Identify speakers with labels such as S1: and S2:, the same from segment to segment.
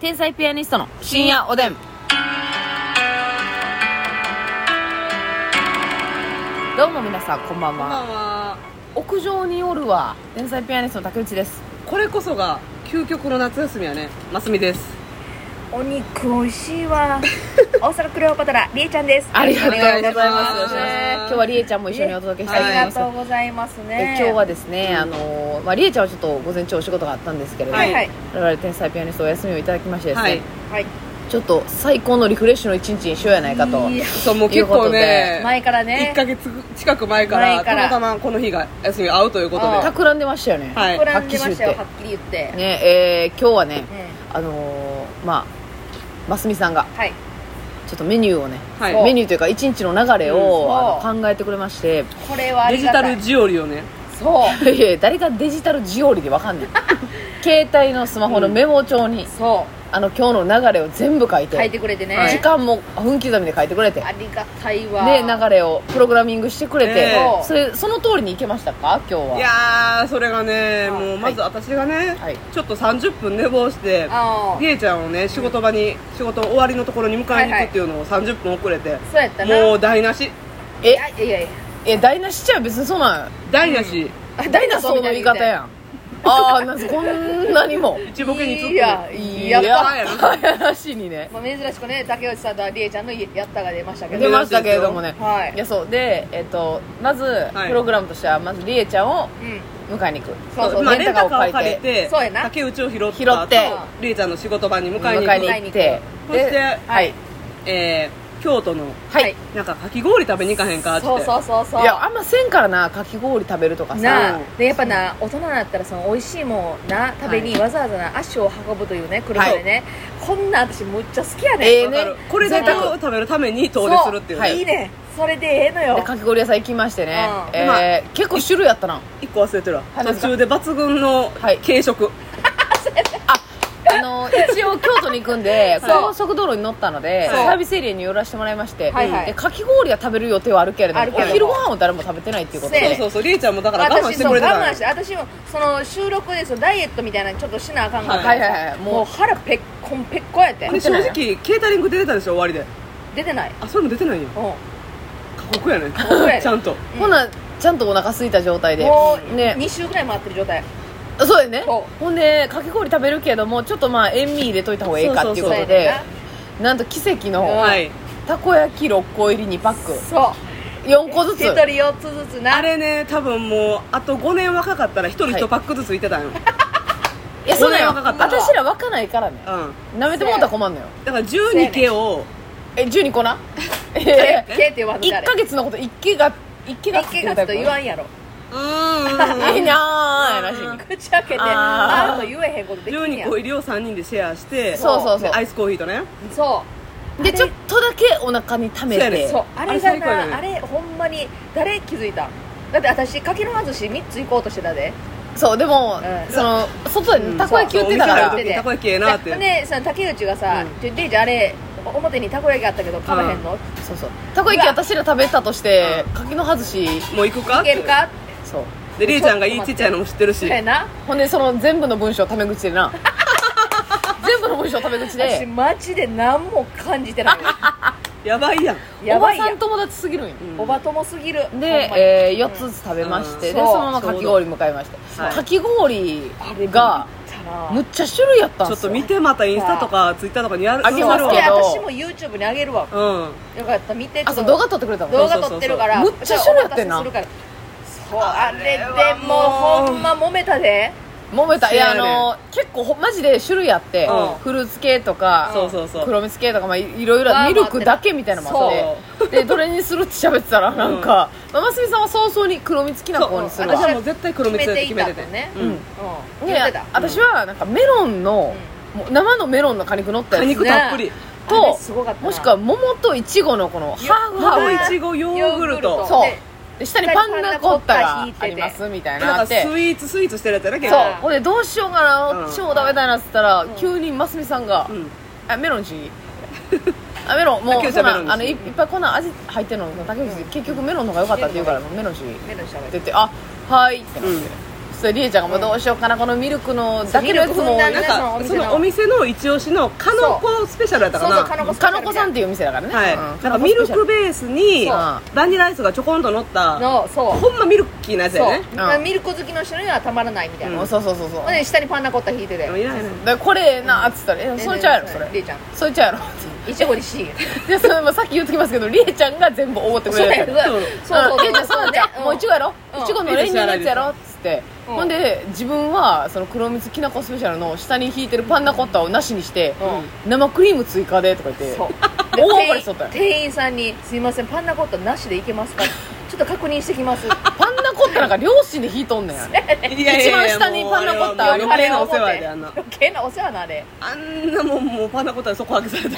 S1: 天才ピアニストの深夜おでん。どうも皆さん、こんばんは。
S2: まあ、
S1: 屋上におるは、天才ピアニストの竹内です。
S2: これこそが究極の夏休みやねますみです
S3: お肉美味し いわ大皿クレオパトラりえちゃんです
S1: ありがとうございます。
S2: お願いします
S1: 今日はりえちゃんも一緒にお届けしたいと
S3: あ
S1: 思
S3: り
S1: いま
S3: が
S1: す。
S3: とうございますね
S1: え今日はですね、あのーまあ、りえちゃんはちょっと午前中お仕事があったんですけれども、
S3: はいはい
S1: 我々天才ピアニストお休みをいただきましてですね、
S2: はい
S3: はい
S1: ちょっと最高のリフレッシュの一日にしようやないかと
S3: いや
S2: そうもう結構ね
S3: 前から
S2: 1
S3: ね
S2: ヶ月近く前から
S3: 前から
S2: たまたまこの日が休み合うということで
S3: うん
S2: は
S1: 企んでましたよね、
S2: い
S3: 膨らんでましたよ
S1: は
S3: はっきり言って、
S1: ねえー今日はねあのーまあますみさんが
S3: うんはい
S1: ちょっとメニューをね、
S2: はい
S3: そう
S1: メニューというか一日の流れ
S2: う
S1: を
S3: ん、そう
S1: あの考えてくれまして
S3: これはあ
S2: デ
S3: り
S2: ジ
S3: が
S2: タ
S3: たい
S2: ルジオリをね
S3: そ う
S1: いやいや誰がデジタルジオリでわかんない携帯のスマホのメモ帳に、
S3: そ
S1: あの今日の流れを全部書いうて
S3: 書いてくれてね、
S2: はい
S1: 時間も分刻みで書いてくれて
S3: ありがたいわ
S1: で流れをプログラミングしてくれて、
S2: え
S3: え
S1: それその通りにいけましたか今日はい
S2: やーそれがね
S3: あ
S2: もうまず私がね、
S1: はい
S2: ちょっと30分寝坊して
S3: ああ
S2: りえちゃんをね仕事場に、仕事終わりのところに迎えに行くっていうのを30分遅れて、
S3: そうやったな
S2: もう台無し
S3: い
S1: え
S3: やいやいやいや
S1: え台無しちゃう別にそうなん
S2: 台無し、
S3: あ
S1: ダイナソーの言い方やんああなんせこんなにも
S2: 一ボケに突っ込ん
S3: い
S2: で
S3: や
S1: い
S3: や
S1: や
S3: っ
S2: ぱ
S1: や台無しにね
S3: まあ、珍しくね竹内さんとりえちゃんのやったが出ましたけど
S1: 出ましたけれどもね
S3: はい
S1: いやそうで、えっとまず、
S2: い
S1: プログラムとしてはまずりえちゃんを
S3: うん
S1: 迎えに行く
S3: そうそう
S2: まあ、
S1: レ
S2: レ
S1: ン
S2: ン
S1: タ
S2: タ
S1: カ
S2: カ
S1: ー
S2: ー
S1: を借
S2: を借
S1: り
S2: り
S1: て
S2: て
S3: そうやな
S2: 竹内を拾った
S1: 拾って
S2: りえちゃんの仕事場に迎えに
S1: 迎え
S2: 行
S1: に
S2: く
S1: 行って
S2: そして
S1: はい
S2: えー、京都の
S1: はい、
S3: はい
S1: い、
S2: なんかかき氷食べに行かへんかって
S3: そうそうそうそう
S1: やあんませんからなかき氷食べるとかさ
S3: なあでやっぱな大人になったらその美味しいもんな食べにわざわざな足を運ぶというね車でね、こんなん私むっちゃ好きやねん、
S1: ええ
S2: わかる
S1: ね
S2: これだけを食べるために遠出するっていう
S1: はい
S2: ね
S3: いいねそれでええのよ
S1: でかき氷屋さん行きましてね、
S3: うん
S1: えー、結構種類あったな
S2: 一個忘れてるわ
S1: はい
S2: 途中で抜群の
S1: はい
S2: 軽食
S1: あの一応京都に行くんで
S3: そう
S1: 高速道路に乗ったので
S2: そう
S1: サービスエリアに寄らせてもらいまして、
S3: はいはい
S1: でかき氷は食べる予定はあるけれども
S3: あるけれ
S1: お
S3: ども
S1: 昼ご飯を誰も食べてないっていうこと
S3: せ
S2: そう
S3: や
S1: で
S2: そうそうりえちゃんもだから我慢
S3: 私
S2: して
S3: そう
S2: くれてた
S3: 我慢して私もその収録でそのダイエットみたいなのちょっとしなあかんから、
S1: はいはいはいもう
S3: もう腹ペッコンペッコンやって
S2: これ正直ケータリング出てたでしょ終わりで
S3: 出てない
S2: あそれも出てないよ
S3: うん
S2: 過酷やね
S3: 過酷やね
S2: ちゃんと
S3: うん
S1: ほなちゃんとお腹空いた状態で
S3: もう
S1: ね
S3: 2週ぐらい回ってる状態
S1: そうやね
S3: そ
S1: ほんでかき氷食べるけどもちょっとまあ塩味入れといた方がええかっていうこ
S2: そ
S1: と
S2: う
S1: で
S3: やね
S1: なんと奇跡の
S2: はい
S1: たこ焼き6個入り2パック
S3: んなそう
S1: 4個ずつ
S3: 一人4つずつな
S2: あれね多分もうあと5年若かったら1人1パックずついてたんよ、
S1: いやそんなんよ
S2: こんなん若かった
S1: 私ら若ないからね
S2: うん
S1: なめてもうたら困んのよ
S2: だから12毛を
S1: え12個 なえ
S3: け
S1: ー
S3: けって言わん
S1: 一
S3: のあれ
S1: ヶ月のこと一気が一気が
S3: 一見がちょっと言わんやろ
S2: うーん
S1: いいなーいらしい
S3: 口開けて
S1: あー
S3: あーと言えへんことできんね
S2: 12
S3: や
S2: 個入りを3人でシェアして
S1: そうそうそう
S2: でアイスコーヒーとね
S3: そ
S1: でちょっとだけお腹に溜め
S2: そうや
S1: て
S2: ね
S3: うそうあれ
S2: あ
S3: が
S2: れ最高やね
S3: なあれほんまに誰気づいたんだって私柿の葉寿司3つ行こうとしてたで
S1: そうでも
S3: うん
S1: その外
S2: う
S1: で
S2: ん
S1: たこ焼き売ってたか
S2: そうお
S1: ら
S2: 店入る時にたこ焼きええなって
S3: ででその竹内が
S2: うん
S3: さ「ちょレイちゃんあれ表にたこ焼きあったけど買わへんの?」
S1: そうそうたこ焼き私ら食べたとして柿の葉寿司
S2: もう行くか
S3: いけるか?」って
S1: そう
S2: でりえちゃんがいいちっちゃいのも知ってるし
S3: そうやな
S1: ほんでその全部の文章タメ口で な全部の文章タメ口
S3: 私
S1: で
S3: マジで何も感じてない
S2: やばいやん
S3: や
S1: お
S3: ば
S1: ば
S3: い
S1: さ
S3: や
S1: ん友達すぎるんよ
S2: ん
S3: おばともすぎるほんまに
S1: で、えー、4つずつ食べまして、
S2: うん
S1: で
S3: そう
S1: そのままかき氷迎えまして
S2: そう
S1: かき氷
S3: あれ
S1: が
S3: 見たな
S1: むっちゃ種類あったん
S2: ちょ
S1: で
S2: っ
S1: す
S2: と
S1: よ
S2: 見てまたインスタとかツイッターとかにやる
S1: あげます
S2: る
S1: けど
S3: いや私も YouTube にあげるわ
S2: うん
S3: よかった見て
S1: あそう動画撮ってくれたもん
S3: 動画撮ってるから
S1: そうそうそうそうむっちゃ種類あってんな
S3: お待たせするからそうあれでも
S2: あれはもう
S3: うほんま揉めたで
S1: 揉めたいやあ
S2: せやねん
S1: の結構ほマジで種類あって、
S2: うん
S1: フルーツ系とか
S2: そうそうそう
S1: 黒蜜系とか、まあ、いいろいろ
S3: わー
S1: ミルクだけみたいなのもあってでどれにするって喋ってたらなんか、まあ、ますみさんは早々に黒蜜きな
S2: そう
S1: 粉にする
S2: 私
S1: わ
S2: はもう絶対黒蜜やって決めてて
S3: 決めていたも
S2: うん
S1: ね
S2: ん
S3: う
S1: で
S3: ん言ってた
S1: 私はなんかメロンの、もう生のメロンの果肉乗った
S2: 果
S1: やつ
S2: 肉たっぷり
S3: あれ
S1: と
S3: すごかったな
S1: もしくは桃といちごのこのハーフハ
S2: 桃い
S1: ー
S2: ち
S1: フ
S2: ごヨーグルト
S1: そう
S3: で
S1: で下にパンナコッタが
S3: 下にパ
S1: あり
S3: ンナコッタ引いてて
S1: ますみたいな
S2: な
S1: あ
S2: んか
S1: っ
S2: スイ
S1: て
S2: ーツスイーツしてるやつやな結
S1: そ
S2: 構
S1: うほんでどうしようかな、
S2: うん
S1: 超食べたいなっつったら、
S3: ん
S1: 急にますみさんが、
S2: うん
S1: あメロンしあメロンも
S2: 竹
S1: う
S2: 内
S1: そ
S2: は
S1: んな
S2: メロンにし
S1: んあのいいっぱいこんなん味入ってるの竹内結局メロンの方が良かったって言うからメロンしって
S3: 目の下で
S1: 言ってあはーいってなって、
S2: うん
S1: そうりえちゃんがもうどうしようかな、このミルクのだけのやつ
S3: ミルク
S1: も
S3: ふんだん
S2: なん
S3: ね
S2: か
S3: そ
S2: そ
S3: のお店の
S2: のお店の一押しのかのこスペシャルやったか
S3: そう
S2: な
S3: そうかのこ
S1: かのこさんっていうお店だからね、
S2: はい、
S1: うん
S2: なんかミルクベースに
S1: そう
S2: バニラアイスがちょこんと乗った
S3: のそう
S2: ほんまミルキーなやつ
S3: そう、
S2: やね
S1: うん
S3: ミルク好きの人にはたまらないみたいな、
S1: うんそうそうそうそう
S3: ほんで下にパンナコッタ引いてて
S2: でもいらない
S1: で
S2: な
S1: これなっつったら「えそれちゃうやろそ
S3: りえ
S1: れ
S3: ちゃん
S1: それちゃうやろ」
S3: いちごにしい
S1: でそれもさっき言っときますけどりえちゃんが全部おごってく
S3: そう
S1: れる
S3: や
S1: やつ
S3: う
S1: や
S3: わ
S2: そう
S3: そう
S1: うんりえちゃんそうじゃんもういちごやろ
S3: うん
S1: いちごの練乳のやつやろ」っつって
S3: うん
S1: ほんで自分はその黒蜜きなこスペシャルの下に引いてるパンナコッタをなしにして「生クリーム追加で」とか言って
S3: そう
S1: 大暴れしとったよ
S3: 店員さんに「すいませんパンナコッタなしでいけますか?」ちょっと確認して きます
S1: パンナコッタなんか両親で引いとんねん
S2: いやいやいや
S1: 一番下にパンナコッタ
S2: もうあれはもう余計なお世話であんな
S3: 余計なお世話なあれ
S2: あんなもんもうパンナコッタで底上げされて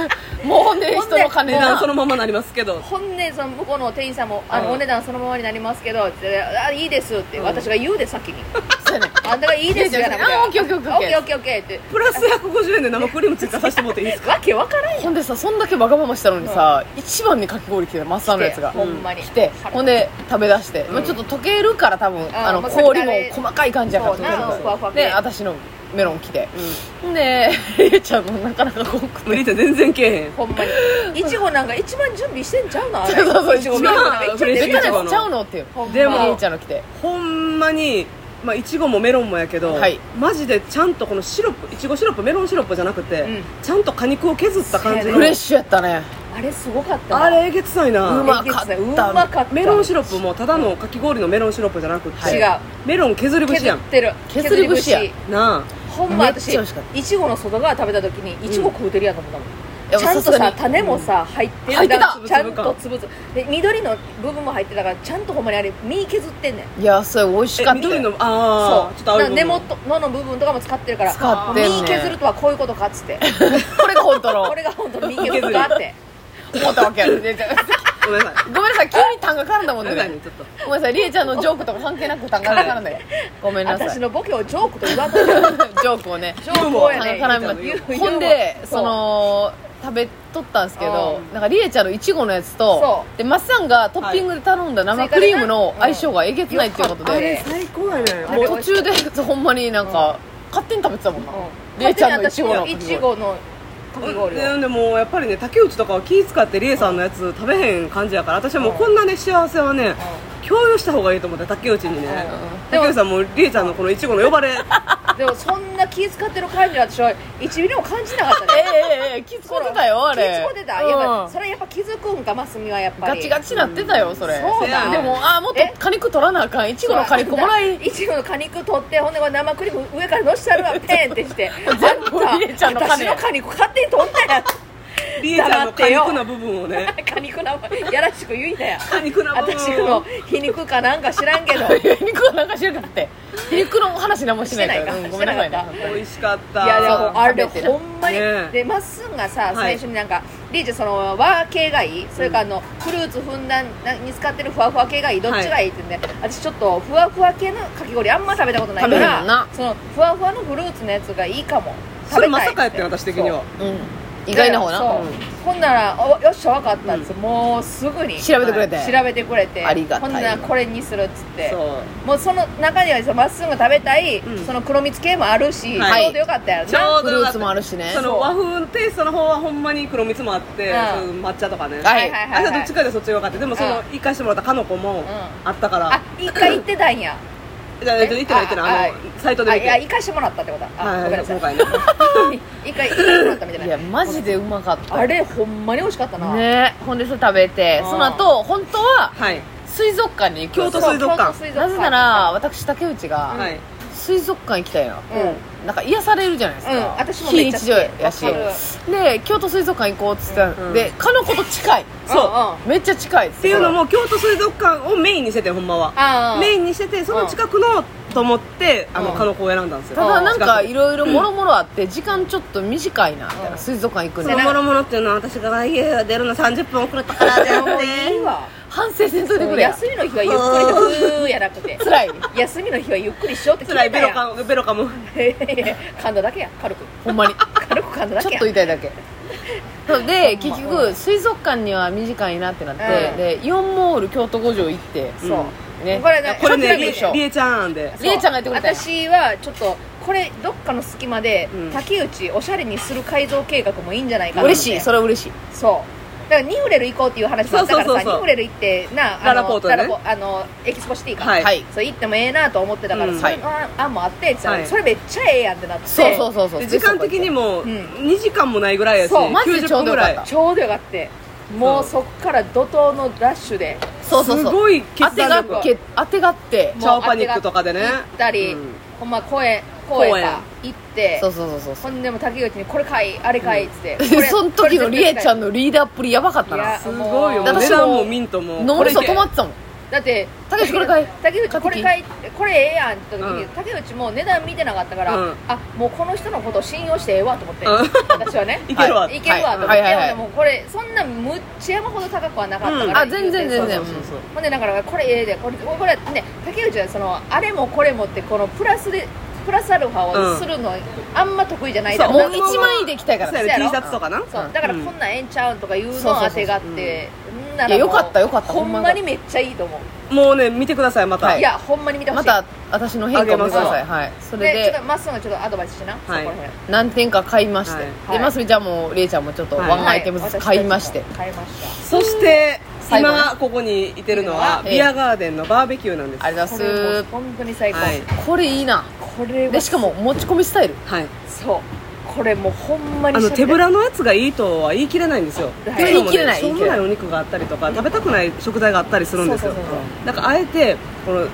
S2: も
S1: もうほんで人の金
S2: 値段
S1: な
S2: そのままなりますけど
S3: 本音その向こうの店員さんも「あ
S1: う
S3: の
S1: ん
S3: お値段そのままになりますけど」って「あいいです」って私が言うで先に
S1: そうやねん
S3: 「あんたがいいですよ」
S1: いい
S3: な
S1: です
S3: ん
S1: よ
S3: か
S1: あオッケーオッケーオッケー
S3: オッケーオッケーオッケーって
S2: プラス150円で生クリーム追加させてもらっていいですか
S3: わけわからんやん
S1: ほんでさそんだけわがまましたのにさ、一番にかき氷来てたマスターのやつが
S3: ほんまに
S1: 来てほんで食べ出して、まあ、ちょっと溶けるから多分、あの
S3: まあ
S1: 氷も
S3: それ
S1: 細かい感じやから
S3: そう
S1: 溶
S3: なふわふわ
S1: け
S3: 系
S1: るで私のメロン来て、で りえちゃんのなかなか濃くて
S2: 無理って全然けえへん
S3: ほんまにいちごなんか一番準備してんちゃうのあ れ
S1: そうそうそう
S3: いちごめっちゃめっちゃ
S2: え
S1: で
S2: 一
S1: かいや
S2: 番ちゃうの
S1: つちゃうのっていう
S3: ほんま
S1: で
S2: で
S1: も
S2: も
S1: りえちゃんの来て
S2: ほんまにまあいちごもメロンもやけど、
S1: はい
S2: マジでちゃんとこのシロップいちごシロップメロンシロップじゃなくて、
S3: ん
S2: ちゃんと果肉を削った感じ
S3: そうやね
S2: の
S1: フレッシュやったね
S3: あれすごかったな
S2: あれえげつないな、
S1: うまかった
S3: えげつないうまかった
S2: メロンシロップもただのかき氷のメロンシロップじゃなくて
S3: 違う
S2: メロン削り節
S3: 削
S2: や
S3: っ
S2: ん
S3: てる
S1: 削り節や
S2: なあ
S3: ほんま
S1: めっちゃ
S3: 私
S1: 美味しかっ
S3: いちごの外側食べた時にいちご食うてるやんと思ったもん
S1: いや
S3: ちゃんと
S1: さすが
S3: さ
S1: に
S3: 種もさ入って
S1: 入
S3: る
S1: ってた
S3: ちゃん
S2: 粒々
S3: と
S2: 感
S3: つぶつで緑の部分も入ってたからちゃんとほんまにあれ実削ってんねん
S1: いやそれ美味しか
S2: え
S1: った
S2: 緑
S1: よ
S2: のああちょっとあ
S3: な
S2: る
S3: 根元のの部分とかも使ってるから
S1: 使ってんねん
S3: 実削るとはこういうことかっつって
S1: これが本当の
S3: これが本当に実削るかって
S1: 思ったわ けやねりえちゃん
S2: ごめんなさい
S1: ごめんなさい急に単が絡んだも
S2: ご
S1: ん
S2: め
S1: で
S2: んなさ
S1: ね
S2: いねちょっと
S1: ごめんなさいりえちゃんのジョークとか関係なく単が絡んだよごめんなさい
S3: 私のボケをジョークと言わんといてジ
S1: ジョークをね
S3: ョークをやね
S1: 絡みま
S3: 言う
S1: す
S3: 言う
S1: ほんで
S3: そう
S1: その食べとったんですけど
S3: う
S1: なんかりえちゃんのいちごのやつと
S3: そ
S1: でマッサンがトッピングで頼んだ生クリームの
S3: 追加でな
S1: 相性がえげつないっていうこと
S3: うん
S1: で
S3: よ
S2: 最高やね
S3: あ
S1: も
S3: れ
S1: う途中でほんまになんか勝手に食べてたもんなりえちゃんのいちごの
S3: いちごのかき氷を
S2: ででもやっぱりね竹内とかは気使ってりえさんのやつ食べへん感じやから私はもうこんなね幸せはね共有した方がいいと思って竹内にね
S3: ん
S2: 竹内さんもりえちゃんのこのいちごの呼ばれ
S3: でもそんな気使ってる感じは私は1ミリも感じなかった
S1: え
S3: ね
S1: えええ気遣ってたよあれ
S3: 気使ってた
S1: うん
S3: やっぱそれやっぱ気づくんかますみはやっぱ
S1: ガ
S3: り
S1: チガチなってたよそれ
S3: そう
S2: だ
S1: でもあーもっと果肉取らなあかんいちごの果肉もらい
S3: いちごの果肉取ってほんでこれ生クリーム上からのしたるわペンって して
S1: 全部りえちゃんの
S3: 私
S1: 金
S3: の果肉勝手に取ったやん
S2: りえちゃんの果肉な部分を ね
S3: 果肉なやらしく言いなや
S2: 果肉な部
S3: 私
S2: 分
S3: の
S2: を
S3: 皮肉かなんか知らん けど
S1: いや 肉はなんかしなくって肉の話何もしないか
S3: し
S1: ら
S3: てないか
S1: うんごめんなさい
S3: してな
S1: ね
S3: かっ
S2: 美味しかった
S3: いやで
S1: そう
S3: もあれ
S1: 食べてな
S3: ほんまに、
S2: ねえ
S3: でまっすんがさ
S2: い
S3: 最初になんか、リーチその和系がいいそれからあの、フルーツふんだんに使ってるふわふわ系がいいどっちがいいってね、私ちょっとふわふわ系のかき氷あんま食べたことないか
S1: 食べへんもん
S3: ら
S1: な
S3: そのふわふわのフルーツのやつがいいかも
S2: それ
S3: 食べ
S2: ま
S3: たい
S2: さかやってん私的には
S1: うん意外な方な
S3: そう
S1: うん
S3: ほんならおよっしゃ分かったっつって、もうすぐに
S1: 調べてくれて
S3: はい調べてくれて
S1: ありがたい
S3: ほんならこれにするっつって
S2: そう
S3: もうその中にはさまっすぐ食べたい、
S2: うん
S3: その黒蜜系もあるし、
S2: はい
S3: ちょうどよかったやろ
S2: ち
S3: な
S2: ょうど
S1: フルーツもあるしね
S2: そ
S3: そう
S2: の和風テイストの方はほんまに黒蜜もあって、
S3: うん
S2: その抹茶とかね、
S1: はい
S2: あどっちかでそっちが分かってでもその
S3: うん
S2: 行かしてもらったかのこもあったから、
S3: あ一回行ってたんや
S2: じゃあじゃあ行ってない行ってないあ
S3: あ
S2: のサイトで
S3: あ
S2: 見
S3: い
S2: て
S3: や行かしてもらったってことあ、
S2: は
S3: ごめん
S2: い
S3: なさい
S2: 今回ね
S3: 一回行かしてもらったみたいない
S1: やマジでうまかった
S3: あれほんまに美味しかったな、
S1: ねほんでそれ食べて
S3: うん
S1: その後本当は
S2: はい
S1: 水族館に行く
S2: 京都水族館
S3: そう京都水族
S1: な
S3: 館
S1: ぜなら私竹内が
S2: はい
S1: 水族館行きたいな
S3: うん、うん
S1: なんか癒されるじゃないです
S3: うん
S1: か
S3: 私もめ
S1: 非
S3: っちゃ
S1: 日常やし
S3: わかる
S1: で京都水族館行こうっつってた
S2: うん
S1: でかのこと近い
S2: そう
S3: うん
S1: めっちゃ近いっ
S2: っ
S1: つ
S2: ていうの
S1: も
S2: も京都水族館をメインにしててほんまは
S3: ああ
S2: メインにしててその近くのと思ってあのかのこを選んだんですよ
S1: ただなんかい
S2: ろ
S1: ろいろもろもろあって時間ちょっと短いなみたいうなん水族館行く
S2: そ
S1: の
S2: のもろもろっていうのは私が家が出るの30分遅れたからだよ
S3: も
S2: っ
S3: う
S2: て
S3: いいわ
S1: 反省せんといて
S3: も
S1: く
S3: う
S1: れや
S3: 休みの日はゆっくりとふーやなくて
S1: 辛い
S3: 休みの日はゆっくりしようって決
S2: 辛
S3: め
S2: い
S3: た
S2: ベ
S3: や
S2: ロ
S3: ん
S2: かベロかも
S3: 噛んだだけや軽く
S1: ほんまに
S3: 軽く噛んだだ
S1: ちょっ
S3: けや
S1: と痛いだけそうで結局水族館には短いなってなって、
S3: うん
S1: でイオンモール京都五条行って
S3: そう
S1: ね
S3: これね
S2: これ
S1: カ
S2: ね
S1: ツラ
S2: り
S1: でしょ
S2: りえちゃんで
S1: りえちゃんがやってくれたよ
S3: 私はちょっとこれどっかの隙間で、
S2: うん
S3: 竹内おしゃれにする改造計画もいいんじゃないかなって
S1: 嬉しいそれは嬉しい
S3: そうだからニフレル行こうっていう話もあったからさ
S2: そうそうそうそう
S3: ニフレル行ってなあの
S2: ララポートね
S3: ラあのエキスポシティか、
S2: はい
S1: はい
S3: そう行ってもええなと思ってたから、
S2: うん
S3: それの案もあって、
S2: はい
S3: それめっちゃええやんってなって
S1: そうそうそうそう
S2: で時間的にも
S3: うん
S2: 2時間もないぐらいやし
S3: そう
S1: マジで
S2: 90
S1: ちょう
S2: 分
S1: どよ
S2: ぐ
S1: かった
S2: らい
S3: ちょうどよかってもう
S2: そ
S3: そっから怒涛のラッシュです
S1: そうそうそう
S2: ごい
S1: 当
S2: 決
S1: て
S2: 断
S1: が
S2: 力
S1: っけ当てがって
S2: チャオパニックとかでね
S3: もう当てが行ったり、
S2: うん
S3: ほんま公園公園
S2: 公園
S3: か行って
S1: そうそうそうそ
S3: ほ
S1: うん
S3: でも竹内にこれ買いあれ買いっつって、こ
S1: で
S3: れ
S1: その時のりえちゃん
S3: こ
S1: のリーダーっぷりやばかった
S3: いや
S1: な
S2: すごいよ
S1: だって
S2: 値段もミントも
S1: 脳みそ
S2: これ
S1: 止まってたもん
S3: れ絶対だって
S1: 竹内これ買い
S3: 竹内これ買いこれええやんって時に、
S2: うん
S3: 竹内も値段見てなかったから、
S2: うん
S3: あもうこの人のことを信用してええわと思って、
S2: うん
S3: 私はね
S2: いけるわ
S1: はい
S3: いけるわと思って、
S1: はいはいはい
S3: でもこれそんなむっちゃ山ほど高くはなかったから、
S1: あ全然全然
S3: そうそうそうほんでだからこれええでこれこれね竹内はそのあれもこれもってこのプラスでプラスアルファをするのあんま得意じゃないだろ
S1: も
S2: そう
S1: 一枚でいきたいから
S2: そう
S3: そ
S2: や
S3: う
S2: ね
S3: や
S2: T
S3: ろ
S2: シャツとかな
S3: そう
S1: うん
S3: だからこんなんええんちゃうんとか言う
S1: そう
S3: の
S1: そうそう
S3: 当てがってんない
S1: や
S3: らもう
S1: よかったよかった
S3: ほんま
S1: ほんまよかっ
S3: に
S1: た
S3: めっちゃいいと思う
S2: もうね見てくださいまた
S1: はい
S3: いやほんまに見てほ
S1: ま
S3: しい
S1: た私の変化を見てください
S2: あ
S1: はいそれ
S3: でちょっ
S1: で
S3: とまっすぐちょっとアドバイスしてな、そこら辺
S1: 何点か買いまして
S2: はい
S1: で
S3: はい
S1: ますみちゃんもりえちゃんもちょっとワンアイテムずつ買いまして
S3: はい私たちも買いまし
S2: そして
S1: 最後
S2: 今ここにいてるのは
S1: ええ
S2: ビアガーデンのバーベキューなんです
S1: ありが
S3: た
S1: とう
S3: こ
S1: ござ
S3: れもう
S1: いま
S3: 本当に最高、
S2: はい
S1: すこれいいな
S3: これは
S1: でしかも持ち込みスタイル
S2: はい
S3: そうこれもうほんまに
S2: あの
S3: 喋れ
S2: 手ぶらのやつがいいとは言い切れないんですよ
S3: はい
S2: とうのも
S1: 言い切れない
S2: しょうもないお肉があったりとか食べたくない食材があったりするんですよ
S3: そうそうそうそ
S2: だからあえてこの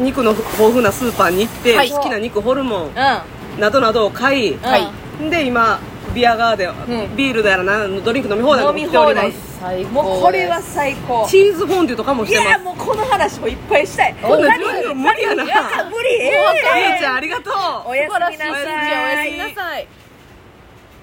S2: 肉の豊富なスーパーに行って、
S1: はい
S2: 好きな肉ホルモン
S3: う
S2: などなどを買い、
S3: ん
S1: はい
S2: で今ビアガーデン、
S3: うん
S2: ビールだらなドリンク飲み放題も売っておりま
S3: 飲み放題
S2: す
S1: 最
S3: うんもう
S1: 高
S3: こ
S1: で
S3: れは
S1: す
S3: 最高
S2: チーズフォンデュとかもし
S3: い
S2: てま
S3: や
S2: す
S3: もうこの話もいっぱいしたい
S2: こんな
S3: 何
S2: 自分でも無理やな
S3: や無理え
S2: あゆうちゃん
S3: え
S2: ありがとう
S3: おやすみな
S1: 素晴らしいお
S3: さい
S1: やすみなさい